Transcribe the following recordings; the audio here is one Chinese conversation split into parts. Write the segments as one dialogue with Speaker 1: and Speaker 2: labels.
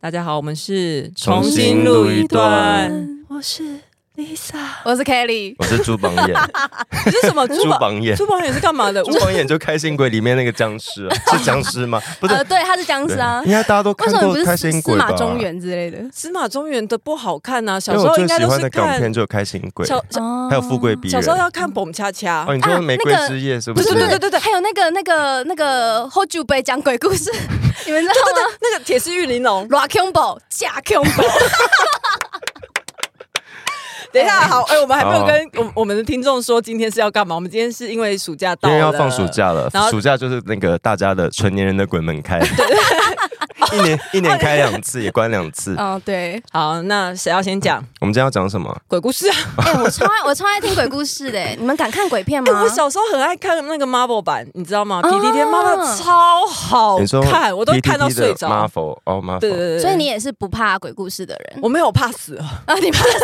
Speaker 1: 大家好，我们是
Speaker 2: 重新录一段，
Speaker 1: 我是 Lisa，
Speaker 3: 我是 Kelly，
Speaker 2: 我是朱榜 眼，
Speaker 1: 你是什么？
Speaker 2: 朱榜眼
Speaker 1: 朱榜眼是干嘛 的？
Speaker 2: 朱榜眼就《开心鬼》里面那个僵 尸、啊，是僵尸吗？不是，
Speaker 3: 呃，对，他是僵尸啊
Speaker 2: 对。应该大家都
Speaker 3: 为
Speaker 2: 看
Speaker 3: 什么
Speaker 2: 过
Speaker 3: 不
Speaker 2: 《开
Speaker 3: 是
Speaker 2: 心
Speaker 3: 司
Speaker 2: 鬼》
Speaker 3: 马
Speaker 2: 吧？
Speaker 3: 中原之类的？
Speaker 1: 司马中原的不好看呐、小
Speaker 2: 因
Speaker 1: 时
Speaker 2: 为我
Speaker 1: 候
Speaker 2: 最
Speaker 1: 应该
Speaker 2: 喜
Speaker 1: 都
Speaker 2: 欢
Speaker 1: 是
Speaker 2: 的港片
Speaker 1: 看
Speaker 2: 就有《开心鬼》，
Speaker 1: 小嗯
Speaker 3: 哦
Speaker 2: 还有《富贵逼人
Speaker 1: 小》时候要看《蹦恰恰
Speaker 2: 哦，》，你说
Speaker 3: 啊
Speaker 2: 《玫瑰
Speaker 3: 那个
Speaker 2: 之夜》是不
Speaker 1: 对
Speaker 2: 是？
Speaker 1: 对对对对对，
Speaker 3: 还有那个那个那个后酒杯讲鬼故事，你们知道吗
Speaker 1: 那个铁丝玉玲珑。
Speaker 3: ？Rock and Ball 假 c o m b
Speaker 1: 等一下， 好，哎、我们还没有
Speaker 2: 好
Speaker 1: 跟我们我们的听众说今天是要干嘛？我们今天是因为暑假到
Speaker 2: 因
Speaker 1: 了，
Speaker 2: 为要放暑，假了
Speaker 1: 然后，
Speaker 2: 暑假就是那个大家的成年人的鬼门开， 一年一年开两 次，也关两次。
Speaker 1: 哦
Speaker 3: 嗯，对，
Speaker 1: 好，那谁要先讲
Speaker 2: 我们今天要讲什么？
Speaker 1: 鬼故事啊？
Speaker 3: 哎，我超爱我超爱听鬼故事的，你们敢看鬼片
Speaker 1: 哎、
Speaker 3: 吗
Speaker 1: 我？小时候很爱看那个 Marvel 版，你知道吗？
Speaker 3: 啊
Speaker 1: p D 天 Marvel 超好
Speaker 2: 你说
Speaker 1: 哦看，我都看到
Speaker 2: PTT 的
Speaker 1: 睡着。
Speaker 2: Marvel 哦，Marvel，
Speaker 1: 对对对，对
Speaker 3: 所以你也是不怕鬼故事的人
Speaker 1: 我没有怕死 哦。
Speaker 3: 啊？你怕死？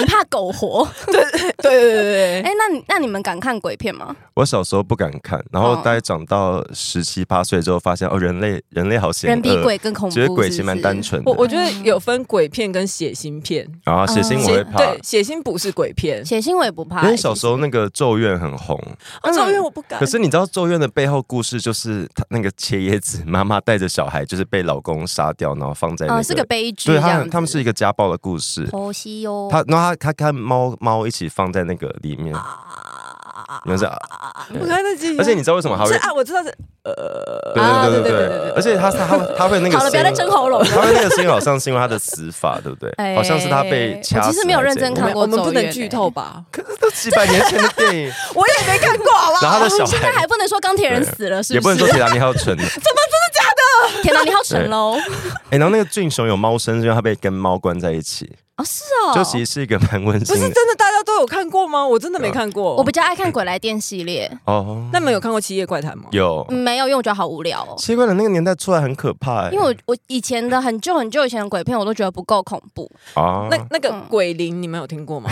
Speaker 3: 你怕狗活？
Speaker 1: 对对对对对，
Speaker 3: 哎，那你那你们敢看鬼片吗？
Speaker 2: 我小时候不敢看，然后
Speaker 3: 哦
Speaker 2: 大概长到十七八岁之后，发现哦，人类人类好险恶，
Speaker 3: 人比鬼更恐怖，
Speaker 2: 觉得鬼
Speaker 3: 是
Speaker 2: 其实
Speaker 3: 不
Speaker 2: 蛮
Speaker 3: 是
Speaker 2: 单纯的。
Speaker 1: 我我觉得有分鬼片跟血腥片，
Speaker 2: 然后写信我会
Speaker 1: 血
Speaker 2: 怕，
Speaker 1: 对血腥不是鬼片，
Speaker 3: 写信我也不怕，
Speaker 2: 因为小时候那个《咒怨》很红，
Speaker 1: 哦，
Speaker 3: 嗯
Speaker 1: 这因为我不敢
Speaker 2: 可。是你知道《咒怨》的背后故事就是他那个切椰子妈妈带着小孩，就是被老公杀掉，然后放在那
Speaker 3: 啊
Speaker 2: 个，
Speaker 3: 是个悲剧
Speaker 2: 对
Speaker 3: 这样子，
Speaker 2: 他很他们是一个家暴的故事。
Speaker 3: 剖析哟，
Speaker 2: 他然后他他看猫猫一起放在那个里面，
Speaker 3: 啊
Speaker 2: 你们是，
Speaker 1: 我看那集，
Speaker 2: 而且你知道为什么他会
Speaker 1: 是？啊，我知道是啊对对
Speaker 2: 对对对对
Speaker 1: 对
Speaker 2: 对，
Speaker 1: 对
Speaker 2: 而且他他他他会那个
Speaker 3: 好了，不要再
Speaker 2: 声
Speaker 3: 蒸喉咙了。
Speaker 2: 他会那个声音好像是因为他的死法，对不对？
Speaker 3: 哎
Speaker 2: 好像是他被掐死。
Speaker 3: 我其实没有认真
Speaker 1: 我们
Speaker 3: 看过
Speaker 1: 我们不
Speaker 3: 咒怨欸
Speaker 1: 能剧透吧？
Speaker 2: 可是都几百年前的电 影，
Speaker 1: 我也没看过，好吧？
Speaker 2: 然后他的小
Speaker 3: 哦现在
Speaker 2: 孩
Speaker 3: 还不能说钢铁人死了，是
Speaker 2: 也不能
Speaker 3: 是？
Speaker 2: 说铁达尼号沉了。
Speaker 3: 天哪，你好蠢哦喽！
Speaker 2: 哎、然后那个俊雄有猫生，是因为他被跟猫关在一起，
Speaker 3: 哦，是哦，
Speaker 2: 就其实是一个蛮温
Speaker 1: 不
Speaker 2: 馨
Speaker 1: 是
Speaker 2: 的
Speaker 1: 真的，大家都有看过吗？我真的没看过。
Speaker 3: 我比较爱看鬼来电系列，
Speaker 2: 哦。
Speaker 1: 那你们有看过《七夜怪谈》吗？
Speaker 2: 有
Speaker 3: 嗯没有，因为我觉得好无聊哦。
Speaker 2: 奇怪的那个年代出来很可怕、欸，
Speaker 3: 因为我我以前的很旧很旧以前的鬼片，我都觉得不够恐怖。
Speaker 2: 啊
Speaker 1: 那那个
Speaker 3: 嗯
Speaker 1: 鬼灵，你们有听过吗？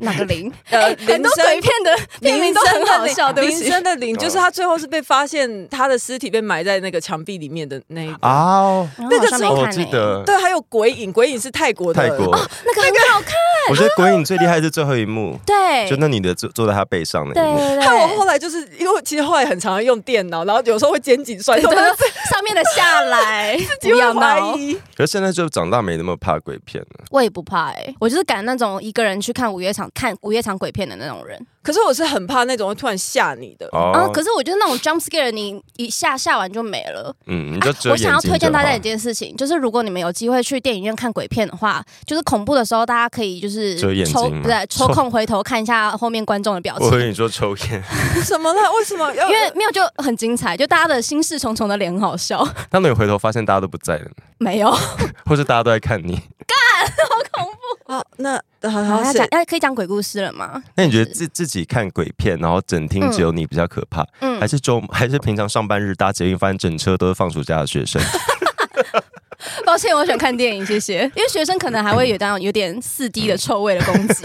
Speaker 3: 哪 个零？
Speaker 1: 呃，
Speaker 3: 很
Speaker 1: 铃
Speaker 3: 多
Speaker 1: 声
Speaker 3: 鬼片的片名都很好笑，对不
Speaker 1: 铃
Speaker 3: 起。
Speaker 1: 声的
Speaker 2: 啊
Speaker 1: 铃，就是他最后是被发现他的尸体被埋在那个墙壁里面的那一个。
Speaker 2: 啊、哦，
Speaker 3: 那
Speaker 1: 个
Speaker 3: 好像
Speaker 1: 是
Speaker 3: 没
Speaker 2: 哦我
Speaker 3: 看
Speaker 2: 记
Speaker 3: 欸哦
Speaker 2: 得
Speaker 1: 对，还有鬼影，鬼影是泰国的。
Speaker 2: 泰国，
Speaker 3: 那个很好看，
Speaker 2: 我觉得鬼影最厉害是最后一幕，
Speaker 3: 对，
Speaker 2: 就那女的坐坐在他背上那
Speaker 3: 对
Speaker 2: 一幕，
Speaker 3: 对对。
Speaker 1: 害我后来就是因为其实后来很常用电脑，然后有时候会肩颈酸
Speaker 3: 对
Speaker 1: 痛，我就
Speaker 3: 对 上面的下 来，
Speaker 1: 自己
Speaker 3: 不要
Speaker 1: 会怀
Speaker 3: 闹。
Speaker 1: 疑。
Speaker 2: 可是现在就长大没那么怕鬼片了。
Speaker 3: 我也不怕哎、我就是敢那种一个人去看午夜场、看午夜场鬼片的那种人
Speaker 1: 可是我是很怕那种会突然吓你的。
Speaker 2: 哦，
Speaker 3: 啊。可是我觉得那种 jump scare，你一下吓完就没了。
Speaker 2: 嗯，你就遮
Speaker 3: 我
Speaker 2: 眼睛就
Speaker 3: 想
Speaker 2: 好
Speaker 3: 要推荐大家一件事情，就是如果你们有机会去电影院看鬼片的话，就是恐怖的时候，大家可以就是
Speaker 2: 遮眼睛
Speaker 3: 抽
Speaker 2: 吗哦
Speaker 3: 不是抽空回头看一下后面观众的表
Speaker 2: 我
Speaker 3: 情，
Speaker 2: 跟你说抽烟，
Speaker 1: 什么呢？为什么要？
Speaker 3: 因为没有就很精彩，就大家的心事重重的脸很好笑。
Speaker 2: 他们有回头发现大家都不在了，
Speaker 3: 没有，
Speaker 2: 或是大家都在看你。
Speaker 1: 啊，那好
Speaker 3: 好，
Speaker 1: 好
Speaker 3: 要讲
Speaker 1: 讲。
Speaker 3: 要哎可以讲鬼故事了吗？
Speaker 2: 那你觉得自自己看鬼片，然后整厅只有你比较可怕，
Speaker 3: 嗯
Speaker 2: 还，是周还是平常上班日搭捷运，发现整车都是放暑假的学生？
Speaker 3: 抱歉，我选看电影，谢谢。因为学生可能还会有当有点四 D 的臭味的攻 击。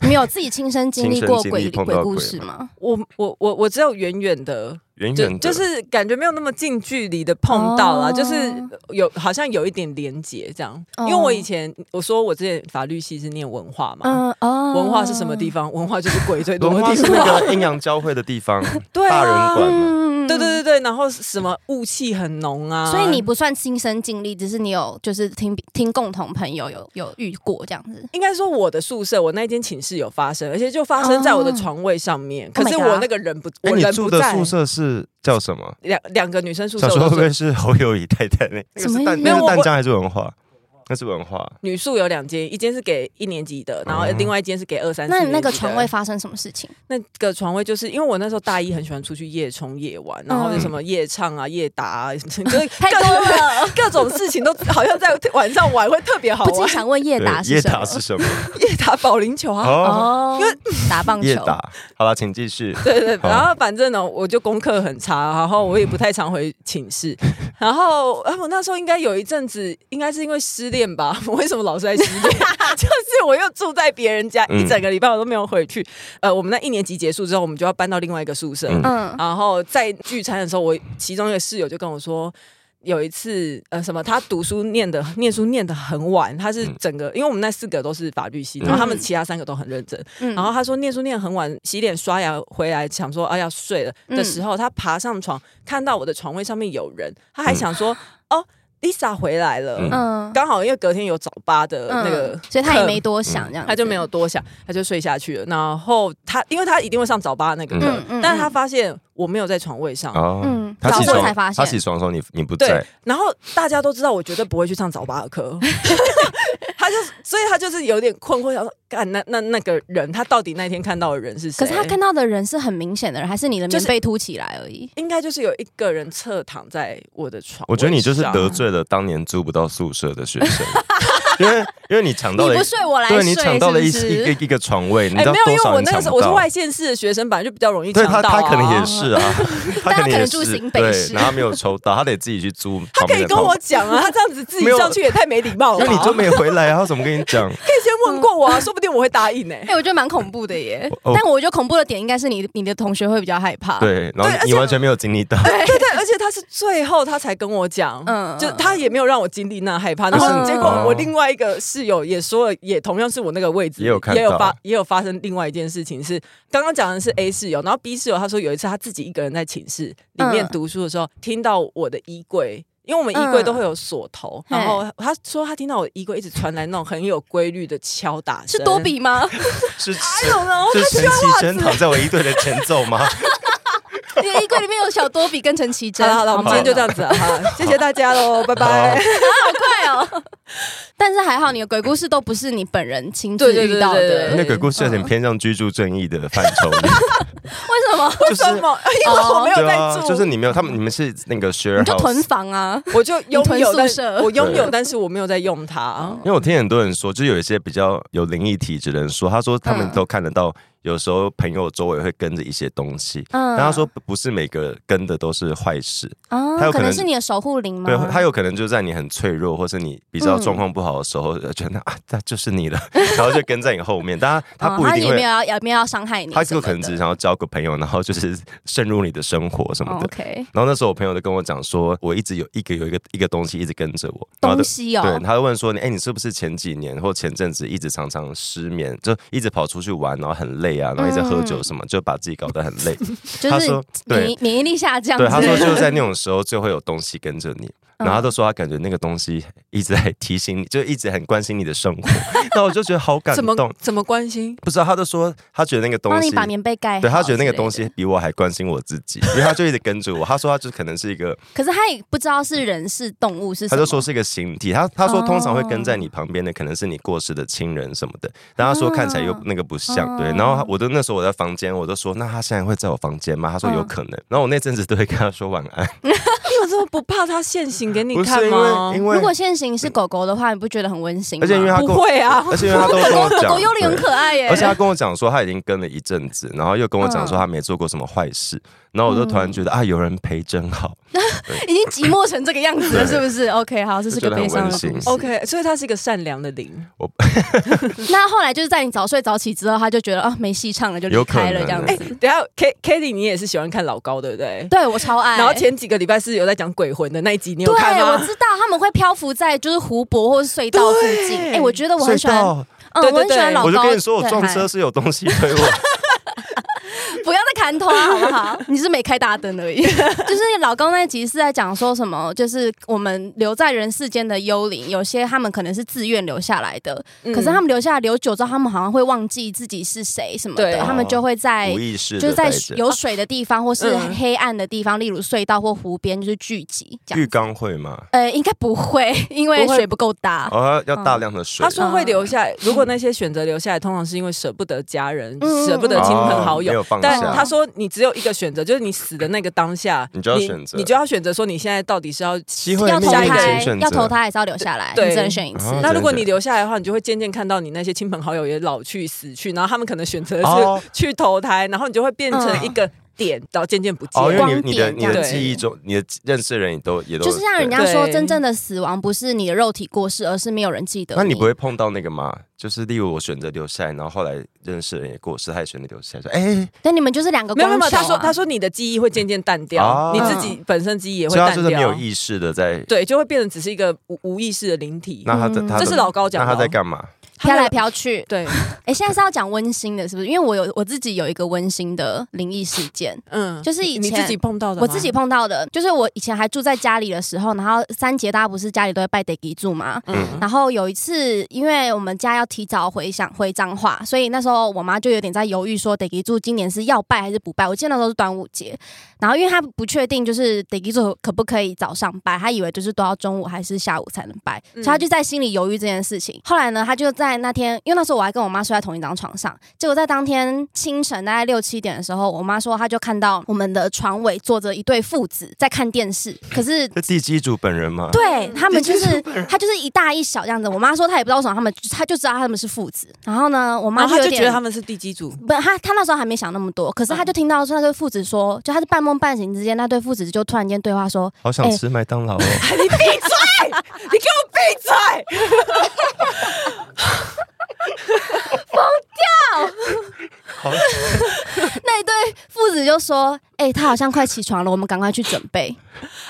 Speaker 3: 你们有自己亲身经历过
Speaker 2: 亲身经历
Speaker 3: 鬼
Speaker 2: 碰到
Speaker 3: 鬼
Speaker 2: 鬼
Speaker 3: 故事吗？
Speaker 1: 我我我我只有远远的，
Speaker 2: 远
Speaker 1: 就
Speaker 2: 远的，
Speaker 1: 就是感觉没有那么近距离的碰到啦，
Speaker 3: 哦
Speaker 1: 就是有好像有一点连结这样。
Speaker 3: 哦
Speaker 1: 因为我以前我说我之前法律系是念文化嘛，
Speaker 3: 嗯哦
Speaker 1: 文化是什么地
Speaker 3: 方？
Speaker 1: 方？文化就是鬼最多
Speaker 2: 文
Speaker 1: 的
Speaker 2: 化
Speaker 1: 地
Speaker 2: 是
Speaker 1: 方。
Speaker 2: 那个阴阳交汇的地方，
Speaker 1: 对
Speaker 2: 大
Speaker 1: 啊
Speaker 2: 人馆嘛。
Speaker 3: 嗯
Speaker 1: 对对。对对，然后什么雾气很浓啊，
Speaker 3: 所以你不算亲身经历，只是你有就是听听共同朋友有有遇过这样子。
Speaker 1: 应该说我的宿舍，我那间寝室有发生，而且就发生在我的床位上面。
Speaker 3: 哦 Oh
Speaker 1: 可是
Speaker 3: my god
Speaker 1: 我那个人不，
Speaker 2: 哎，
Speaker 1: 我
Speaker 2: 你
Speaker 1: 人
Speaker 2: 住
Speaker 1: 不
Speaker 2: 的
Speaker 1: 在
Speaker 2: 宿。舍是叫什么？
Speaker 1: 两两个女生宿舍
Speaker 2: 小，时
Speaker 1: 我
Speaker 2: 候
Speaker 1: 都
Speaker 2: 会不
Speaker 1: 是
Speaker 2: 会是侯友谊太太那？ 那
Speaker 3: 什
Speaker 2: 个是
Speaker 3: 么意
Speaker 2: 淡，
Speaker 3: 思
Speaker 2: 那
Speaker 1: 没有
Speaker 2: 是
Speaker 1: 我
Speaker 2: 淡江还是文化？那是文化。
Speaker 1: 女宿有两间，一间是给一年级的，然后
Speaker 2: 哦
Speaker 1: 另外一间是给二三四
Speaker 3: 那
Speaker 1: 年级
Speaker 3: 你
Speaker 1: 的。
Speaker 3: 那个床位发生什么事情？
Speaker 1: 那个床位就是因为我那时候大一很喜欢出去夜冲夜玩，然后有什么夜唱啊、夜打啊，什 么就是
Speaker 3: 嗯太多了。
Speaker 1: 各各种事情都好像在晚上玩会特别好
Speaker 3: 不禁
Speaker 1: 玩。呃
Speaker 3: 想问夜
Speaker 2: 对
Speaker 3: 打是
Speaker 2: 夜
Speaker 3: 什么
Speaker 2: 打？是什么？
Speaker 1: 夜打保龄球啊，
Speaker 2: 哦，
Speaker 3: 哦，因为打棒
Speaker 2: 夜
Speaker 3: 球。
Speaker 2: 打。好了，请继续。
Speaker 1: 对对，
Speaker 2: 好
Speaker 1: 然后反正呢，我就功课很差，然后我也不太常回寝 室。然后，啊，我那时候应该有一阵子，应该是因为失恋吧？ 我为什么老是在失 恋？就是我又住在别人家，
Speaker 2: 嗯
Speaker 1: 一整个礼拜我都没有回去。呃，我们那一年级结束之后，我们就要搬到另外一个宿舍。
Speaker 2: 嗯
Speaker 3: 嗯，
Speaker 1: 然后在聚餐的时候，我其中一个室友就跟我说：“有一次，呃，什么，他读书念的念书念的很晚，他
Speaker 2: 嗯
Speaker 1: 是整个，因为我们那四个都是法律系，然后他们其他三个都很认真。
Speaker 3: 嗯
Speaker 1: 然后他说念书念很晚，洗脸刷牙回来想说，哎、呀睡了
Speaker 3: 嗯
Speaker 1: 的时候，他爬上床看到我的床位上面有人，他还想说，哦，Lisa 回来了。
Speaker 2: 嗯
Speaker 3: 嗯，
Speaker 1: 刚好因为隔天有早八的那个、
Speaker 3: 嗯所以他也没多想，这样
Speaker 1: 他就没
Speaker 3: 有，
Speaker 1: 有多想，他就睡下去了。然后他，因为他一定会上早八那个课，
Speaker 3: 嗯嗯
Speaker 1: 但是他发现我没有在床位上。
Speaker 2: 哦，
Speaker 3: 嗯，
Speaker 2: 他起
Speaker 3: 早
Speaker 2: 床
Speaker 3: 上才发
Speaker 2: 他起
Speaker 3: 现，
Speaker 2: 床的时候你你不
Speaker 1: 对
Speaker 2: 在，，
Speaker 1: 然后大家都知道我绝对不会去上早八的课，哦 他就所以他就是有点困惑，想说，干那那那个人他到底那天看到的人是谁？
Speaker 3: 可是他看到的人是很明显的人，还是你的
Speaker 1: 就
Speaker 3: 棉
Speaker 1: 是
Speaker 3: 被凸起来而已？
Speaker 1: 应该就是有一个人侧躺在我啊的床，
Speaker 2: 我觉得你就是得。罪了当年租不到宿舍的学 生，因为因为你抢到
Speaker 3: 你
Speaker 2: 了
Speaker 3: 不，睡我来
Speaker 2: 对
Speaker 3: 睡，
Speaker 2: 你
Speaker 3: 是
Speaker 2: 抢
Speaker 3: 不
Speaker 2: 到了一
Speaker 3: 是
Speaker 2: 一个一个床位，你
Speaker 1: 哎、
Speaker 2: 知道
Speaker 1: 没有，因
Speaker 2: 多
Speaker 1: 为
Speaker 2: 少
Speaker 1: 我
Speaker 2: 人
Speaker 1: 那个
Speaker 2: 抢
Speaker 1: 时候
Speaker 2: 不
Speaker 1: 我是
Speaker 2: 到啊
Speaker 1: 外。县市的学生，本来就比较容易抢
Speaker 2: 对
Speaker 1: 到、啊
Speaker 2: 他，他可能也。是 啊，他
Speaker 3: 但他
Speaker 2: 可能
Speaker 3: 可
Speaker 2: 也
Speaker 3: 能住
Speaker 2: 是
Speaker 3: 新北
Speaker 2: 对
Speaker 3: 市，
Speaker 2: 然后他没有抽到，他得自己去租。
Speaker 1: 他可以跟我，讲啊，他这样子自己
Speaker 2: 没有
Speaker 1: 上去也太没礼貌了
Speaker 2: 因
Speaker 1: 吧。
Speaker 2: 为你就没回来啊，他怎么跟 你讲？
Speaker 1: 可以先问过我啊，说不定我会答应呢、
Speaker 3: 哎、我觉得蛮恐怖的耶。
Speaker 2: 哦
Speaker 3: 但我觉得恐怖的点应该是你你的同学会比较害怕。，
Speaker 2: 对，然后
Speaker 1: 而且
Speaker 2: 你完全没有 经历到，
Speaker 1: 对对，而且他是最后他才跟我讲，
Speaker 3: 嗯
Speaker 1: 就他也没有让我经历那害怕。然
Speaker 3: 嗯
Speaker 1: 后结果
Speaker 2: 嗯
Speaker 1: 我另外一个室友也说了，也同样是我那个位置，
Speaker 2: 也有看到
Speaker 1: 也有发也有发生另外一件事情
Speaker 3: 嗯
Speaker 1: 是，刚刚讲的是 A 室友，然后 B 室友他说有一次他自己一个人在寝室里面
Speaker 3: 嗯
Speaker 1: 读书的时候，听到我的衣柜。因为我们衣柜都会有锁头，
Speaker 3: 嗯
Speaker 1: 然后他说他听到我衣柜一直传来那种很有规律的敲打
Speaker 3: 是
Speaker 1: 声
Speaker 3: 多比吗？
Speaker 2: 是是
Speaker 1: ，I don't know，
Speaker 2: 是陈绮贞躺在我一队的前奏 吗？
Speaker 3: 你的衣柜里面有小多比跟陈绮贞。
Speaker 1: 好了好了，我们今天就这样子了，啊好了，谢谢大家喽，拜拜。
Speaker 3: 好快哦。 但是还好，你的鬼故事都不是你本人亲自
Speaker 1: 对对对
Speaker 3: 遇到的。
Speaker 1: 对对对
Speaker 2: 那鬼故事有点偏向居住正义的范畴里，
Speaker 3: 为什么？
Speaker 2: 就是
Speaker 1: 什么？ 因为我没有
Speaker 2: 对
Speaker 1: 在
Speaker 2: 啊，
Speaker 1: 住，
Speaker 2: 就是你没有，他们你们是那个 share
Speaker 3: 你 就
Speaker 2: house
Speaker 3: 囤。房啊？
Speaker 1: 我就拥
Speaker 3: 你
Speaker 1: 有，
Speaker 3: 囤
Speaker 1: 但
Speaker 3: 宿舍
Speaker 1: 我拥有，
Speaker 2: 对
Speaker 1: 但是我没有在用它。
Speaker 2: 因为我听很多人说，就是有一些比较有灵异体质的人说，他说他们
Speaker 3: 嗯
Speaker 2: 都看得到，有时候朋友周围会跟着一些东西，
Speaker 3: 嗯
Speaker 2: 但他说不是每个跟的都是坏事，
Speaker 3: 啊
Speaker 2: 他有可能
Speaker 3: 可能是你的守护灵吗？
Speaker 2: 对，他有可能就在你很脆弱，或是你比较
Speaker 3: 嗯
Speaker 2: 状况不好的时候，呃觉得啊，那就是你了， 然后就跟在你后面，但他他
Speaker 3: 哦
Speaker 2: 不一定
Speaker 3: 也没
Speaker 2: 会
Speaker 3: 有，要也没有要伤害你什么
Speaker 2: 他
Speaker 3: 的，
Speaker 2: 就可能只是想要交个朋友，然后就是渗入你的生活什么
Speaker 3: 哦
Speaker 2: 的。
Speaker 3: OK
Speaker 2: 然后那时候我朋友就跟我讲说，我一直有一个有一个一个东西一直跟着我，然后
Speaker 3: 东
Speaker 2: 就
Speaker 3: 西哦。
Speaker 2: 对，他就问说你，哎、你是不是前几年或前阵子一直常常失眠，就一直跑出去玩，然后很累啊，然后一直喝酒什么，就把自己搞得很 累。
Speaker 3: 嗯就
Speaker 2: 他
Speaker 3: 是嗯
Speaker 2: 说对
Speaker 3: 免疫免疫力下降之
Speaker 2: 对，
Speaker 3: 类的。
Speaker 2: 他说就是在那种时候就会有东西跟着你，
Speaker 3: 嗯
Speaker 2: 然后他就说他感觉那个东西一直在提醒你，就一直很关心你的生活。 那我就觉得好感
Speaker 1: 怎么
Speaker 2: 动，
Speaker 1: 怎么关心？
Speaker 2: 不知道他就说他觉得那个东
Speaker 3: 帮你
Speaker 2: 西
Speaker 3: 把棉被盖好之类的。
Speaker 2: 对他觉得那个东西比我还关心我自己，因为他就一直跟着我。他说他就可能是一个，
Speaker 3: 可是他也不知道是人是动物是什
Speaker 2: 他
Speaker 3: 么，哦
Speaker 2: 就说是一个形体。他他说通常会跟在你旁边的可能是你过世的亲人什么的，但他说看起来又
Speaker 3: 哦
Speaker 2: 那个不像。对，
Speaker 3: 哦
Speaker 2: 然后他我就那时候我在房间，我就说那他现在会在我房间吗？他说有
Speaker 3: 嗯
Speaker 2: 可能。然后我那阵子都会跟他说晚安，
Speaker 1: 你有这么不怕他现行给你
Speaker 2: 不是
Speaker 1: 看
Speaker 2: 因
Speaker 1: 吗
Speaker 2: 为？因为
Speaker 3: 哦如果现行是狗狗的话，你不觉得很温馨吗？
Speaker 2: 而且因为他
Speaker 1: 不
Speaker 2: 跟我
Speaker 1: 会 啊，
Speaker 2: 而且因为他都 跟我
Speaker 3: 狗
Speaker 2: 讲
Speaker 3: 狗，幽灵很
Speaker 2: 对
Speaker 3: 可爱耶，
Speaker 2: 啊而且他跟我讲说他已经跟了一阵子，然后又跟我讲说
Speaker 3: 嗯
Speaker 2: 他没做过什么坏事，然后我就突然觉得啊，有人陪真好，
Speaker 3: 已经寂寞成这个样子了，是不是？OK，好，这是
Speaker 2: 就觉得
Speaker 3: 个悲
Speaker 2: 很
Speaker 3: 伤
Speaker 2: 温
Speaker 3: 的
Speaker 2: 馨
Speaker 3: 故。事。
Speaker 1: OK，所以他是一个善良的灵。
Speaker 3: 那后来就是在你早睡早起之后，他就觉得啊没戏唱了，就离
Speaker 2: 有可
Speaker 3: 开了
Speaker 2: 能
Speaker 3: 这样
Speaker 1: 哎、
Speaker 3: 子。
Speaker 1: 等一下 K Kitty，你也是喜欢看老高，对不对？
Speaker 3: 对我超爱，
Speaker 1: 然后前几个礼拜是有在讲鬼魂的那一集，你有
Speaker 3: 对
Speaker 1: 看
Speaker 3: 我
Speaker 1: 吗？
Speaker 3: 知道他们会漂浮在就是湖泊或是隧道附近。
Speaker 1: 对
Speaker 3: 哎，我觉得我
Speaker 2: 所
Speaker 3: 很
Speaker 2: 以
Speaker 3: 喜欢，
Speaker 2: 到
Speaker 3: 嗯，
Speaker 1: 对对
Speaker 3: 我很喜欢
Speaker 1: 对
Speaker 3: 老高。
Speaker 2: 我就跟你说我撞
Speaker 3: 对
Speaker 2: 车，是有东西推我，
Speaker 3: 嗨不要再砍头啊，好不 好？你是没开大灯而已。 就是老高那集是在讲说什么，就是我们留在人世间的幽灵，有些他们可能是自愿留下来的，
Speaker 1: 嗯
Speaker 3: 可是他们留下来留久之后，他们好像会忘记自己是谁什么的，
Speaker 1: 对
Speaker 3: 他们就会在
Speaker 2: 无意识
Speaker 3: 就是
Speaker 2: 的
Speaker 3: 在
Speaker 2: 在
Speaker 3: 水有水的地方或是
Speaker 1: 嗯
Speaker 3: 黑暗的地方，例如隧道或湖边，就是聚集这
Speaker 2: 浴
Speaker 3: 样。
Speaker 2: 缸会吗？
Speaker 3: 呃，应该不会， 因为
Speaker 1: 不会
Speaker 3: 水不够大。
Speaker 2: 哦，
Speaker 3: 嗯
Speaker 2: 要大量的水
Speaker 1: 他。说会留下来，如果那些选择留下来，通常是因为舍不得家人、
Speaker 3: 嗯
Speaker 1: 舍不得
Speaker 2: 哦
Speaker 1: 亲朋好
Speaker 2: 没
Speaker 1: 友。
Speaker 2: 有放
Speaker 1: 但
Speaker 2: 下
Speaker 1: 他说你只有一个选择，就是你死的那个当下，
Speaker 2: 你就要选择
Speaker 1: 你就要选择说你现在到底是要
Speaker 2: 机会
Speaker 3: 要
Speaker 2: 命
Speaker 3: 投
Speaker 1: 下一个
Speaker 2: 运
Speaker 3: 胎
Speaker 2: 请，选
Speaker 3: 要
Speaker 2: 择
Speaker 3: 投胎还是要留下来？你
Speaker 1: 对
Speaker 3: 只能选一次。
Speaker 2: 哦
Speaker 1: 那如果
Speaker 2: 真的
Speaker 1: 你留下来的话，你就会渐渐看到你那些亲朋好友也老去、死去，然后他们可能选择
Speaker 2: 哦
Speaker 1: 是去投胎，然后你就会变成一个点到渐渐不见。
Speaker 2: 哦，因为
Speaker 3: 光
Speaker 2: 你你的
Speaker 3: 点
Speaker 2: 你的
Speaker 1: 这样子
Speaker 2: 记忆中，你的认识的人也都也都
Speaker 3: 就是像人家
Speaker 1: 对
Speaker 3: 说，
Speaker 1: 对
Speaker 3: 真正的死亡不是你的肉体过世，而是没有人记得
Speaker 2: 对那你不会碰到那个吗？就是例如我选择留下来，然后后来认识的人也过世，他也选择留下来，说哎，
Speaker 3: 但你们就是两个
Speaker 1: 没
Speaker 3: 光
Speaker 1: 有
Speaker 3: 球、啊。
Speaker 1: 没有，他说他说你的记忆会渐渐淡掉，
Speaker 2: 哦
Speaker 1: 你自己本身记忆也会
Speaker 2: 所以他
Speaker 1: 淡
Speaker 2: 就是没有
Speaker 1: 掉，
Speaker 2: 意识的在，
Speaker 1: 对，就会变成只是一个无无意识的灵体。
Speaker 2: 那他的
Speaker 3: 嗯
Speaker 2: 他的
Speaker 1: 这是老高讲
Speaker 2: 那
Speaker 1: 的哦，
Speaker 2: 他在干嘛？
Speaker 3: 飘来飘去。
Speaker 1: 对，
Speaker 3: 哎、现在是要讲温馨的，是不是？因为我有我自己有一个温馨的灵异事件，
Speaker 1: 嗯，
Speaker 3: 就是以前
Speaker 1: 你自己碰到的吗，
Speaker 3: 我自己碰到的，就是我以前还住在家里的时候，然后三节大家不是家里都会拜得给住嘛。
Speaker 1: 嗯，
Speaker 3: 然后有一次，因为我们家要提早回想回彰化，所以那时候我妈就有点在犹豫，说得给住今年是要拜还是不拜。我记得那时候是端午节，然后因为她不确定就是得给住可不可以早上拜，她以为就是都要中午还是下午才能拜，所以她就在心里犹豫这件事情。后来呢，她就在那天，因为那时候我还跟我妈睡在同一张床上，结果在当天清晨大概六七点的时候，我妈说她就看到我们的床尾坐着一对父子在看电视，可是
Speaker 2: 这地基主本人
Speaker 1: 啊
Speaker 2: 吗？
Speaker 3: 对他们就
Speaker 2: 这
Speaker 3: 是他就是一大一小这样子。我妈说她也不知道为什么他们，她就知道他们是父子。然后呢，我妈
Speaker 1: 然后
Speaker 3: 就
Speaker 1: 他哦就
Speaker 3: 有
Speaker 1: 觉得
Speaker 3: 点
Speaker 1: 他。们是嗯地基组，
Speaker 3: 不，她她那时候还没想那么多，可是她就听到说那对父子说，就她是半梦半醒之间，那对父子就突然间对话说，
Speaker 2: 好想吃麦当劳哦！
Speaker 3: 哎
Speaker 1: 你闭嘴！你给我闭嘴！
Speaker 2: 好
Speaker 3: 那一对父子就说，哎、他好像快起床了，我们赶快去准备，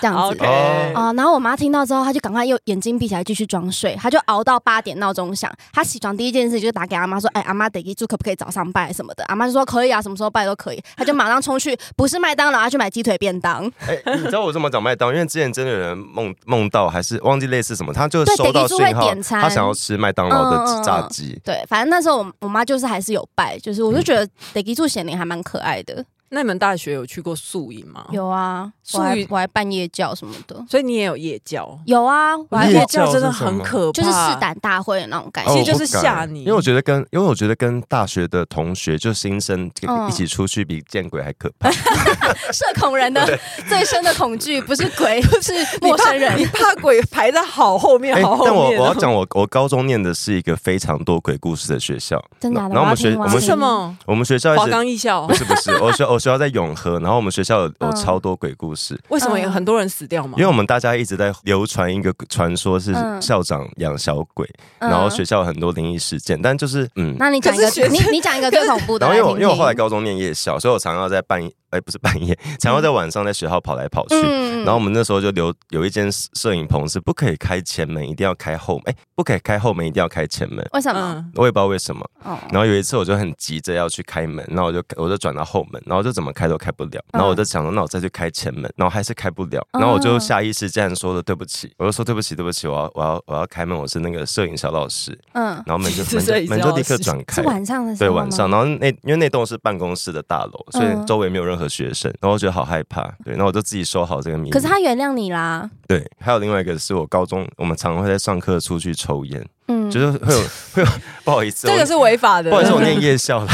Speaker 3: 这样子。
Speaker 1: OK
Speaker 2: 哦
Speaker 3: 啊、然后我妈听到之后，她就赶快又眼睛闭起来继续装睡，她就熬到八点闹钟响。她起床第一件事就是打给阿妈说：“哎、阿妈得记住可不可以早上拜什么的？”阿妈就说：“可以啊，什么时候拜都可以。”她就马上冲去，不是麦当劳，她啊去买鸡腿便当。
Speaker 2: 哎，你知道我怎么找麦当？因为之前真的有人梦梦到，还是忘记类似什么，他就
Speaker 3: 对
Speaker 2: 收到
Speaker 3: 地基
Speaker 2: 讯
Speaker 3: 主会
Speaker 2: 号
Speaker 3: 点，餐
Speaker 2: 他想要吃麦当劳
Speaker 3: 嗯嗯嗯
Speaker 2: 的炸鸡。
Speaker 3: 对，反正那时候我我妈就是还是有拜，就是我就觉得得记住显灵还蛮可爱的。
Speaker 1: 那你们大学有去过宿营
Speaker 2: 哦
Speaker 1: 吗？，
Speaker 3: 有啊，
Speaker 1: 术
Speaker 3: 我还
Speaker 1: 语
Speaker 3: 我还半夜教什么的。
Speaker 1: 所以你也有夜教。
Speaker 3: 有啊，我还
Speaker 2: 夜
Speaker 1: 夜
Speaker 3: 我
Speaker 1: 教
Speaker 2: 教
Speaker 1: 真的
Speaker 2: 是什
Speaker 1: 很
Speaker 2: 么
Speaker 1: 可怕，
Speaker 3: 就是试胆大会的那种感觉。
Speaker 1: 哎其实
Speaker 2: 哦
Speaker 1: 就是
Speaker 2: 我不敢
Speaker 1: 吓你
Speaker 2: 因为我觉得跟，因为我觉得跟大学的同学就新生
Speaker 3: 嗯
Speaker 2: 一起出去比见鬼还可
Speaker 1: 哎
Speaker 2: 怕。
Speaker 3: 社恐人的最深的恐惧不是 鬼，是陌生人。
Speaker 1: 你怕鬼排在好后面，好后面
Speaker 2: 哎但
Speaker 1: 哦。
Speaker 2: 我我要讲，我我高中念的是一个非常多鬼故事的学校，
Speaker 3: 真假的啊
Speaker 2: 然后我
Speaker 3: 我要
Speaker 2: 们学
Speaker 3: 听我
Speaker 2: 我
Speaker 3: 要
Speaker 2: 们
Speaker 1: 是什么？
Speaker 2: 我们学校
Speaker 1: 华
Speaker 2: 一直
Speaker 1: 冈艺校
Speaker 2: 不是不是， 我学我学校在永和，然后我们学校有有
Speaker 3: 嗯
Speaker 2: 超多鬼故事，
Speaker 1: 为什么有很多人死掉吗？
Speaker 2: 因为我们大家一直在流传一个传说是
Speaker 3: 嗯
Speaker 2: 校长养小鬼，然后
Speaker 3: 嗯
Speaker 2: 学校有很多灵异事件，但就是嗯。
Speaker 3: 那你讲一个
Speaker 1: 可是学，
Speaker 3: 你你讲一个最恐怖的，
Speaker 2: 然后因为我
Speaker 3: 来听
Speaker 2: 因
Speaker 3: 听
Speaker 2: 为我后来高中念夜校，所以我常常在半夜，哎、不是半夜，常常在晚上在学校跑来跑去。
Speaker 3: 嗯
Speaker 2: 然后我们那时候就留有一间摄影棚是不可以开前门，一定要开后，哎、不可以开后门，一定要开前门。
Speaker 3: 为什么？
Speaker 1: 嗯，
Speaker 2: 我也不知道为什么。
Speaker 3: 哦，
Speaker 2: 然后有一次我就很急着要去开门，然后我就我就转到后门，然后就怎么开都开不了，然后我就想说，那我再去开前门，然后还是开不了，
Speaker 3: 嗯
Speaker 2: 然后我就下意识这样说了对不起，我就说对不起对不起，我要我要我要开门，我是那个摄影小老师，
Speaker 3: 嗯，
Speaker 2: 然后 门就
Speaker 1: 是
Speaker 2: 门
Speaker 1: 摄影
Speaker 2: 就
Speaker 1: 小老师
Speaker 2: 门就立刻转开
Speaker 3: 是。晚上的时
Speaker 2: 对
Speaker 3: 候吗
Speaker 2: 晚上，。然后那因为那栋是办公室的大楼，所
Speaker 3: 嗯
Speaker 2: 以周围没有任何学生，然后我觉得好害怕，对，然后我就自己收好这个秘密。
Speaker 3: 可是他原谅你啦，
Speaker 2: 对，还有另外一个是我高中，我们常常会在上课出去抽烟，
Speaker 3: 嗯，
Speaker 2: 就是会 有会有不好意思，
Speaker 1: 这
Speaker 2: 我
Speaker 1: 个是违法的。
Speaker 2: 不好意思，我念夜 校了，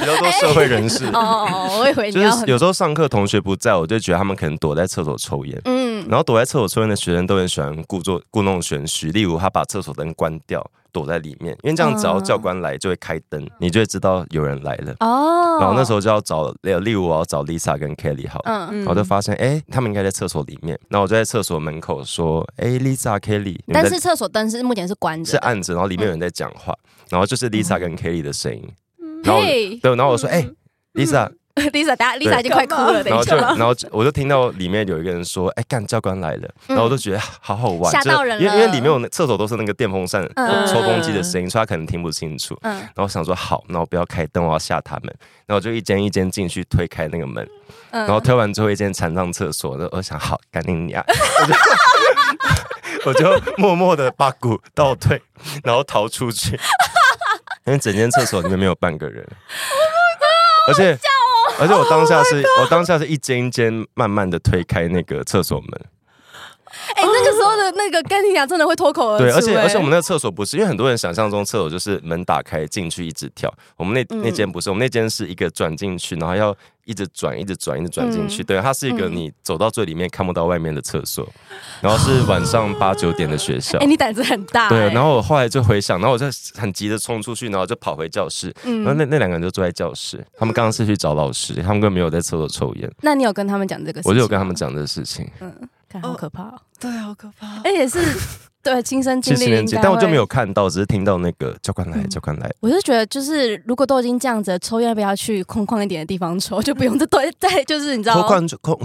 Speaker 2: 比较多社会人士。
Speaker 3: 哦哦 哦，我以为
Speaker 2: 就
Speaker 3: 你要
Speaker 2: 是
Speaker 3: 很
Speaker 2: 有时候上课同学不在，我就觉得他们可能躲在厕所抽烟。
Speaker 3: 嗯，
Speaker 2: 然后躲在厕所抽烟的学生都很喜欢故作故弄玄虚，例如他把厕所灯关掉，躲在里面，因为这样只要
Speaker 3: 嗯
Speaker 2: 教官来就会开灯，你就会知道有人来了。
Speaker 3: 哦，
Speaker 2: 然后那时候就要找，例如我要找 Lisa 跟 Kelly 好了，
Speaker 3: 嗯，
Speaker 2: 然后就发现哎、他们应该在厕所里面。然后我就在厕所门口说：“哎、l i s a Kelly，你们
Speaker 3: 但
Speaker 2: 在
Speaker 3: 是厕所灯是目前是关
Speaker 2: 是
Speaker 3: 着的，
Speaker 2: 按着，然后里面有人在讲话，然后就是 Lisa 跟 Kelly 的声音。然后我
Speaker 3: 嗯嘿嗯
Speaker 2: 对，然后我说：“哎、l i s a
Speaker 3: ，Lisa，大家 Lisa 已经快哭了，
Speaker 2: 然
Speaker 3: 等
Speaker 2: 后
Speaker 3: 一
Speaker 2: 就，
Speaker 3: 下，
Speaker 2: 然后就我就听到里面有一个人说：“哎、干教官来了。”然后我就觉得好好玩，
Speaker 3: 嗯吓
Speaker 2: 就是
Speaker 3: 到人
Speaker 2: 因为因为
Speaker 3: 了
Speaker 2: 里面有那厕所都是那个电风扇、
Speaker 3: 嗯
Speaker 2: 抽风机的声音，所以他可能听不清楚。
Speaker 3: 嗯
Speaker 2: 然后我想说好，那我不要开灯，我要吓他们。然后我就一间一间进去推开那个门，
Speaker 3: 嗯，
Speaker 2: 然后推完最后一间残障厕所，我就我想好，赶紧你啊！我就我就默默的把鼓倒退，然后逃出去，因为整间厕所里面没有半个人，而且。而且我当下是，我当下是一间一间慢慢的推开那个厕所门，
Speaker 3: 哎、那个时候的那个干你娘真的会脱口而出、
Speaker 2: 对，而且
Speaker 3: 哎
Speaker 2: 而且我们那个厕所不是，因为很多人想象中厕所就是门打开进去一直跳，我们
Speaker 3: 嗯
Speaker 2: 那那间不是，我们那间是一个转进去，然后要一直转，一直转，一直转进去，
Speaker 3: 嗯
Speaker 2: 对，它是一个你走到最里面看不到外面的厕所，然后是晚上八九点的学校
Speaker 3: 哎、。你胆子很大、
Speaker 2: 对
Speaker 3: 哎，
Speaker 2: 然后我后来就回想，然后我就很急的冲出去，然后就跑回教室。
Speaker 3: 嗯
Speaker 2: 然后那那两个人就坐在教室，他们刚刚是去找老师，他们根本没有在厕所抽烟。
Speaker 3: 那你有跟他们讲这个事情？
Speaker 2: 我就有跟他们，讲这个事情，
Speaker 3: 看好可怕、哦，
Speaker 1: 对，好可怕。
Speaker 3: 而且是对亲身经
Speaker 2: 其实
Speaker 3: 历，
Speaker 2: 年纪，但我就没
Speaker 3: 有。
Speaker 2: 有看到，只是听到那个教官来，
Speaker 3: 嗯
Speaker 2: 教官来。
Speaker 3: 我是觉得，就是如果都已经这样子了，抽烟要不要去空旷一点的地方抽，就 不用再对再就是你知道
Speaker 2: 空，旷就空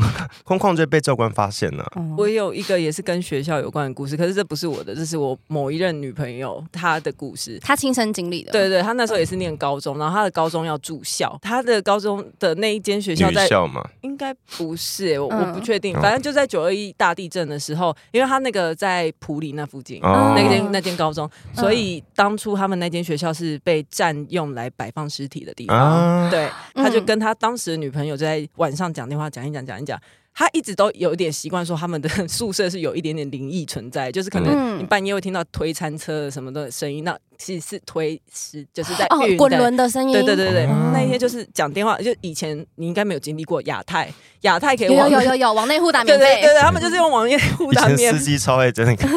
Speaker 2: 空旷就被教官发现了、
Speaker 3: 嗯
Speaker 1: 我有一个也是跟学校有关的故事，可是这不是我的，这是我某一任女朋友她的故事。
Speaker 3: 他亲身经历的，
Speaker 1: 对对，她那时候也是念高中，然后她的高中要住校，她的高中的那一间学校
Speaker 2: 女
Speaker 1: 在
Speaker 2: 校嘛，
Speaker 1: 应该不是、欸，我、
Speaker 3: 嗯
Speaker 1: 我不确定，
Speaker 2: 哦
Speaker 1: 反正就在九二一大地震的时候，因为她那个在普里那附近。
Speaker 2: 哦，
Speaker 1: 那
Speaker 3: 哦嗯
Speaker 1: 间那间高中，所以当初他们那间学校是被占用来摆放尸体的地方。
Speaker 2: 啊
Speaker 1: 对，
Speaker 3: 嗯
Speaker 1: 他就跟他当时的女朋友就在晚上讲电话，讲一讲，讲一讲。他一直都有一点习惯说他们的 宿舍是有一点点灵异存在，就是可能你
Speaker 3: 嗯，
Speaker 1: 半夜会听到推餐车什么的声音，那其实是推是就是在
Speaker 3: 哦
Speaker 1: 运，
Speaker 3: 滚
Speaker 1: 的
Speaker 3: 轮的声音，
Speaker 1: 对对对对，
Speaker 2: 哦
Speaker 1: 那一天就是讲电话，就以前你应该没有经历过亚太，亚太可以
Speaker 3: 有有
Speaker 1: 网
Speaker 3: 有有有往内互打
Speaker 1: 对
Speaker 3: 免
Speaker 1: 对对
Speaker 3: 费，
Speaker 1: 对，他们就是用网页互
Speaker 2: 以
Speaker 1: 打
Speaker 2: 前
Speaker 1: 免
Speaker 2: 司机超爱真的，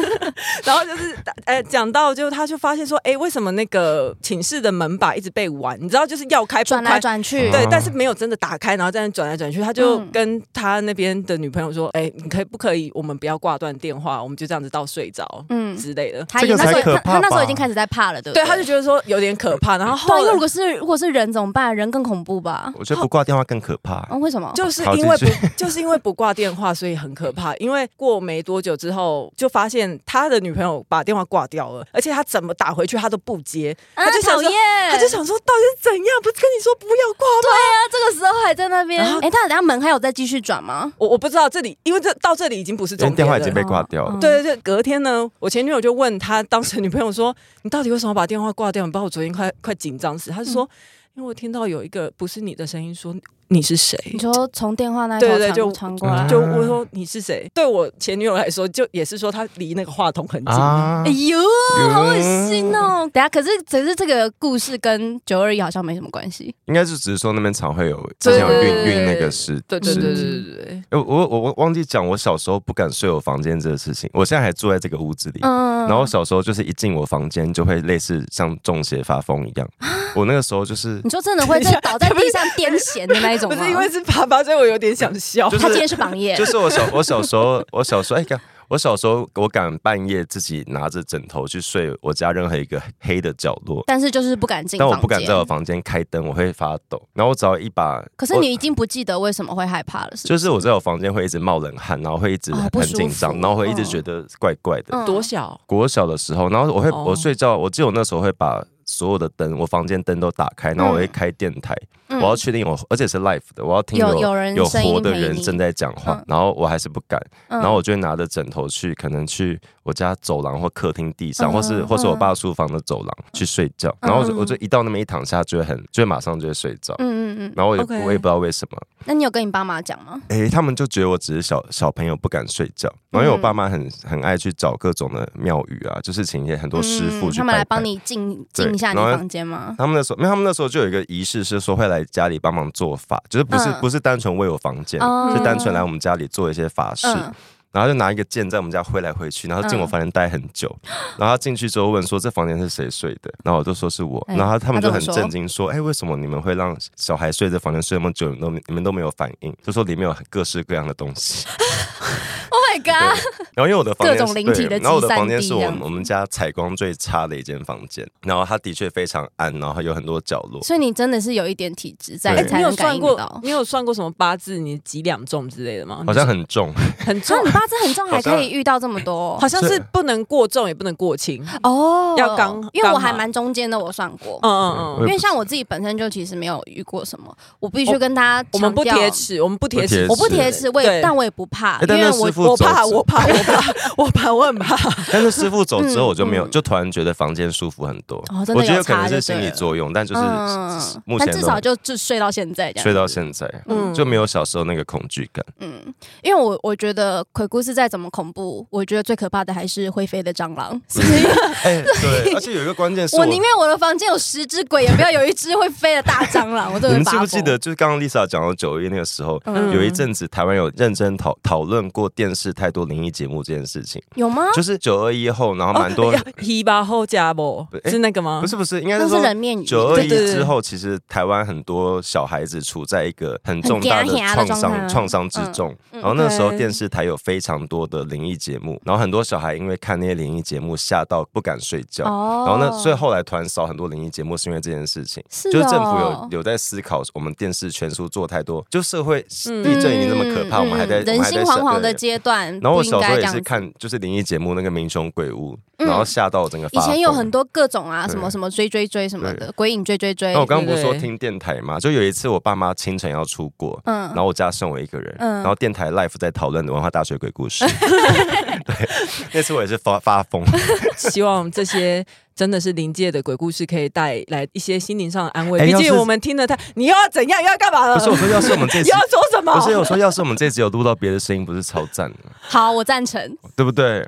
Speaker 1: 然后就是呃讲到就他就发现说，哎，为什么那个寝室的门把一直被玩？你知道就是要开不
Speaker 3: 转
Speaker 1: 开
Speaker 3: 来，转去，
Speaker 1: 对
Speaker 2: 哦，
Speaker 1: 但是没有真的打开，然后在那转来转去，他就
Speaker 3: 嗯
Speaker 1: 跟他那边的女朋友说，哎，你可以不可以，我们不要挂断电话，我们就这样子到睡着
Speaker 3: 嗯，
Speaker 1: 之类的。
Speaker 3: 他
Speaker 2: 这
Speaker 3: 也
Speaker 2: 个
Speaker 3: 那时
Speaker 2: 才
Speaker 3: 候
Speaker 2: 可
Speaker 3: 他
Speaker 2: 怕
Speaker 3: 他那时候已
Speaker 2: 吧
Speaker 3: 经开始在怕了，对不
Speaker 1: 对，
Speaker 3: 对？
Speaker 1: 他就觉得说有点可怕，然后
Speaker 3: 对
Speaker 1: 后
Speaker 3: 啊，因为
Speaker 1: 来
Speaker 3: 如果是如果是人怎么办？人更恐怖吧？
Speaker 2: 我觉得不挂电话更可怕。
Speaker 1: 哦
Speaker 3: 啊，为什么？
Speaker 1: 就是
Speaker 2: 好
Speaker 1: 因为
Speaker 2: 继
Speaker 1: 不 就是因为不挂电话，所以很可怕。因为过没多久之后，就发现他的女朋友把电话挂掉了，而且他怎么打回去他都不接，
Speaker 3: 啊
Speaker 1: 他就想
Speaker 3: 讨
Speaker 1: 说
Speaker 3: 厌，
Speaker 1: 他就想说到底是怎样？不是跟你说不要挂吗？
Speaker 3: 他这个时候还在那边。
Speaker 1: 然后
Speaker 3: 哎，他等下门还有再继续转吗？
Speaker 1: 我我不知道这里，因为这到这里已经不是
Speaker 2: 因
Speaker 1: 重点
Speaker 2: 为电话
Speaker 1: 了
Speaker 2: 已经被挂掉了
Speaker 3: 嗯，
Speaker 1: 对对对，隔天呢，我前女友就问她当时的女朋友说：“你到底为什么把电话挂掉？你把我昨天快快紧张死。”她就说：“因为我听到有一个不是你的声音说你是谁。”
Speaker 3: 你说从电话那
Speaker 1: 对
Speaker 3: 头
Speaker 1: 对
Speaker 3: 传
Speaker 1: 就
Speaker 3: 传
Speaker 2: 嗯
Speaker 3: 过
Speaker 2: 啊
Speaker 3: 来，
Speaker 1: 就我说你是谁？对我前女友来说，就也是说她离那个话筒很近。
Speaker 2: 啊
Speaker 3: 哎，呦
Speaker 2: 呦，
Speaker 3: 好恶心哦！等下，可是只是这个故事跟九二一好像没什么关系。
Speaker 2: 应该就只是说那边常会有之
Speaker 1: 对
Speaker 2: 前有
Speaker 1: 对
Speaker 2: 运
Speaker 1: 对
Speaker 2: 运
Speaker 1: 对
Speaker 2: 那个事，
Speaker 1: 对对
Speaker 2: 是
Speaker 1: 对对对对，
Speaker 2: 哎我我我我忘记讲，我小时候不敢睡我房间这个事情，我现在还住在这个屋子里。
Speaker 3: 嗯，
Speaker 2: 然后小时候就是一进我房间就会类似像中邪发疯一 样，我那个时候就是
Speaker 3: 你说真的会
Speaker 1: 等一
Speaker 3: 再
Speaker 1: 下
Speaker 3: 倒在地上癫痫的那一种
Speaker 1: 不
Speaker 3: 吗？
Speaker 1: 是因为是爸爸，所以我有点想笑。
Speaker 2: 就
Speaker 3: 他今
Speaker 2: 是
Speaker 3: 天是榜眼
Speaker 2: 就，是我小 我小时候我小时候哎看。我小时候，我敢半夜自己拿着枕头去睡我家任何一个黑的角落，
Speaker 3: 但是就是不敢进
Speaker 2: 但
Speaker 3: 房
Speaker 2: 我
Speaker 3: 间。
Speaker 2: 不敢在我房间开灯，我会发抖。然后我只要一把，
Speaker 3: 可是
Speaker 2: 我
Speaker 3: 你已经不记得为什么会害怕了，是
Speaker 2: 就
Speaker 3: 不
Speaker 2: 是我在我房间会一直冒冷汗，然后会一直
Speaker 3: 哦
Speaker 2: 很
Speaker 3: 不
Speaker 2: 很
Speaker 3: 舒
Speaker 2: 紧张，
Speaker 3: 服
Speaker 2: 然后会一直
Speaker 3: 嗯
Speaker 2: 觉得怪怪的。
Speaker 3: 嗯
Speaker 1: 多小？
Speaker 2: 国小的时候，然后我会、
Speaker 1: 哦
Speaker 2: 我睡觉，我记得我那时候会把所有的灯，我房间灯都打开，然后我会开电台，
Speaker 3: 嗯
Speaker 2: 我要确定我，而且是 live 的，我要听
Speaker 3: 有
Speaker 2: 有
Speaker 3: 有人声音
Speaker 2: 活的
Speaker 3: 陪
Speaker 2: 人
Speaker 3: 你
Speaker 2: 正在讲话，
Speaker 3: 嗯
Speaker 2: 然后我还是不敢，
Speaker 3: 嗯
Speaker 2: 然后我就会拿着枕头去，可能去我家走廊或客厅地上，
Speaker 3: 嗯
Speaker 2: 或是或是我爸书房的走廊去睡觉，然后我就
Speaker 3: 嗯
Speaker 2: 我就一到那么一躺下，就会很就会马上就会睡着。
Speaker 3: 嗯嗯嗯。
Speaker 2: 然后我也
Speaker 1: OK
Speaker 2: 我也不知道为什么，
Speaker 3: 那你有跟你爸妈讲吗？
Speaker 2: 诶，他们就觉得我只是小小朋友不敢睡觉，然后因为我
Speaker 3: 嗯
Speaker 2: 爸妈很很爱去找各种的庙宇啊，就是请一些很多师傅
Speaker 3: 嗯
Speaker 2: 去、拜
Speaker 3: 他们来帮
Speaker 2: 拜。
Speaker 3: 你进
Speaker 2: 对
Speaker 3: 进一下你
Speaker 2: 然后
Speaker 3: 房间吗？
Speaker 2: 他们那时候，因为他们那时候就有一个仪式，是说会来家里帮忙做法，就是不是、
Speaker 3: 嗯
Speaker 2: 不是单纯为我房间，
Speaker 3: 哦
Speaker 2: 是单纯来我们家里做一些法事，
Speaker 3: 嗯
Speaker 2: 然后就拿一个剑在我们家挥来挥去，然后进我房间待很久，然后他进去之后问说这房间是谁睡的，然后我就说是我，
Speaker 3: 哎
Speaker 2: 然后他们就很
Speaker 3: 他怎么说
Speaker 2: 震惊说，哎，为什么你们会让小孩睡这房间睡那么久，你都你们都没有反应，就说里面有各式各样的东西。
Speaker 3: ，Oh my god！
Speaker 2: 然后因为我的房间是
Speaker 3: 各种灵体
Speaker 2: 对
Speaker 3: 的
Speaker 2: 然后我的
Speaker 3: 集散
Speaker 2: 房间是
Speaker 3: 地
Speaker 2: 我
Speaker 3: 这样
Speaker 2: 们
Speaker 3: 子
Speaker 2: 我们家采光最差的一间房间，然后它的确非常暗，然后有很多角落。
Speaker 3: 所以你真的是有一点体质在，
Speaker 2: 对
Speaker 1: 你
Speaker 3: 你哎才
Speaker 1: 有
Speaker 3: 能感
Speaker 1: 算
Speaker 3: 应得 到
Speaker 1: 过？你有算过什么八字？你几两重之类的吗？
Speaker 2: 好像很重，
Speaker 1: 很重
Speaker 3: 那，啊你八字很重，还
Speaker 2: 好像
Speaker 3: 可以遇到这么多
Speaker 1: 好像
Speaker 2: 是
Speaker 1: 是不能过重，也不能过轻。
Speaker 3: 哦
Speaker 1: 要刚
Speaker 3: 因为
Speaker 1: 刚
Speaker 3: 我
Speaker 1: 好
Speaker 3: 还蛮中间的，我算过。
Speaker 2: 哦
Speaker 1: 嗯嗯
Speaker 2: 对
Speaker 1: 嗯，
Speaker 3: 因为像我自己本身就其实没有遇过什么，我必
Speaker 2: 哦
Speaker 3: 须跟大家
Speaker 1: 我们不
Speaker 3: 强调
Speaker 1: 贴，齿，我们不贴
Speaker 2: 不贴
Speaker 1: 齿
Speaker 2: 齿，
Speaker 3: 我不贴齿，我也
Speaker 1: 对
Speaker 3: 但我也不怕，
Speaker 2: 哎
Speaker 3: 因
Speaker 2: 但那
Speaker 3: 为
Speaker 2: 师
Speaker 3: 我
Speaker 2: 傅
Speaker 1: 我
Speaker 2: 走，
Speaker 1: 怕，我怕，我 怕，我怕，我很怕。
Speaker 2: 但是师傅走之后，
Speaker 3: 嗯
Speaker 2: 我就没有，
Speaker 3: 嗯
Speaker 2: 就突然觉得房间舒服很多。
Speaker 3: 哦真
Speaker 2: 我
Speaker 3: 的
Speaker 2: 觉得
Speaker 3: 有
Speaker 2: 可
Speaker 3: 差
Speaker 2: 能
Speaker 3: 就是
Speaker 2: 心理
Speaker 3: 对了
Speaker 2: 作用，但就是
Speaker 3: 嗯，
Speaker 2: 目前
Speaker 3: 但
Speaker 2: 都
Speaker 3: 至少就就睡到现在这样，
Speaker 2: 睡到现在，
Speaker 1: 嗯
Speaker 2: 就没有小时候那个恐惧感。
Speaker 3: 嗯，因为我我觉得鬼故事再怎么恐怖，我觉得最可怕的还是会飞的蟑螂。所以
Speaker 2: 哎、对，而且有一个关键是
Speaker 3: 我宁愿我的房间有十只鬼，也不要有一只会飞的大蟑螂。我
Speaker 2: 你
Speaker 3: 真的会
Speaker 2: 们
Speaker 3: 发
Speaker 2: 记
Speaker 3: 疯
Speaker 2: 不记得，就是刚刚 Lisa 讲到九月那个时候，
Speaker 3: 嗯
Speaker 2: 有一阵子台湾有认真讨讨论过电视太多灵异节目这件事情，
Speaker 3: 有吗？
Speaker 2: 就是九二一后，然后蛮多、
Speaker 1: 一八后加不
Speaker 2: 哎
Speaker 1: 是那个吗
Speaker 2: 不？是不是，应该
Speaker 3: 哦啊那
Speaker 2: 是
Speaker 3: 是
Speaker 2: 说
Speaker 3: 人面鱼。
Speaker 2: 九二一
Speaker 1: 对对对
Speaker 2: 之后，其实台湾很多小孩子处在一个很重大
Speaker 3: 很
Speaker 2: 的
Speaker 3: 嗲嗲的
Speaker 2: 创
Speaker 3: 状态
Speaker 2: 伤创伤之中。
Speaker 3: 嗯
Speaker 2: 然后那时候
Speaker 1: 对
Speaker 2: 电视台有非常多的灵异节目，然后很多小孩因为看那些灵异节目吓到不敢睡觉。
Speaker 3: 哦
Speaker 2: 啊然后呢，所以后来突然少很多灵异节目，是因为这件事情，
Speaker 3: 是
Speaker 2: 就是政府
Speaker 3: 哦
Speaker 2: 有有在思考，我们电视全书做太多，就社会
Speaker 1: 嗯
Speaker 2: 地震已经那么可怕，我们还在
Speaker 3: 嗯
Speaker 2: 我
Speaker 3: 人
Speaker 2: 们还
Speaker 3: 心
Speaker 2: 在
Speaker 3: 惶惶的
Speaker 2: 对
Speaker 3: 阶段。
Speaker 2: 然后我
Speaker 3: 不应
Speaker 2: 小时
Speaker 3: 该
Speaker 2: 候
Speaker 3: 这
Speaker 2: 也
Speaker 3: 样
Speaker 2: 是
Speaker 3: 子。
Speaker 2: 看，就是灵异节目那个《民雄鬼屋》，
Speaker 3: 嗯
Speaker 2: 然后吓到我整个
Speaker 3: 以
Speaker 2: 发
Speaker 3: 前有
Speaker 2: 疯
Speaker 3: 很多各种啊，
Speaker 2: 对
Speaker 3: 什么什么追追追什么的，鬼影追追追
Speaker 2: 那。我刚刚不是
Speaker 1: 对
Speaker 2: 说
Speaker 1: 对
Speaker 2: 听电台嘛？就有一次我爸妈清晨要出国，
Speaker 3: 嗯
Speaker 2: 然后我家剩我一个人，
Speaker 3: 嗯
Speaker 2: 然后电台 live 在讨论文化大学鬼故事。 对，那次我也是发发疯，
Speaker 1: 希望这些真的是临界的鬼故事可以带来一些心灵上的安慰。
Speaker 2: 哎
Speaker 1: 毕
Speaker 2: 要
Speaker 1: 竟
Speaker 2: 是
Speaker 1: 我们听了他，你又要怎样，又要干嘛了？
Speaker 2: 不是我说，要是我们这
Speaker 1: 又
Speaker 2: 集。
Speaker 1: 要说什么？
Speaker 2: 不是我说，要是我们这集有录到别的声音，不是超赞的，
Speaker 3: 好，我赞成。
Speaker 2: 对不对？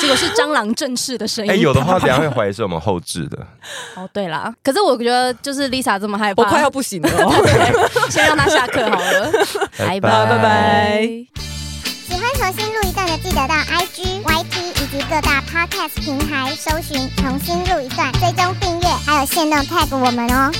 Speaker 3: 这个是蟑螂正式的声 音。
Speaker 2: 哎，有的话，等一下会怀疑是我们后置的。
Speaker 3: 哦，对啦。可是我觉得就是 Lisa 这么害怕，
Speaker 1: 我快要不行了、哦。
Speaker 3: 对先让她下课好了。拜
Speaker 2: 哎拜拜
Speaker 1: 拜。
Speaker 4: 喜欢重新录一段的，记得到 IG、YT 以及各大 Podcast 平台搜寻“重新录一段”，追踪订阅，还有限定 tag 我们哦。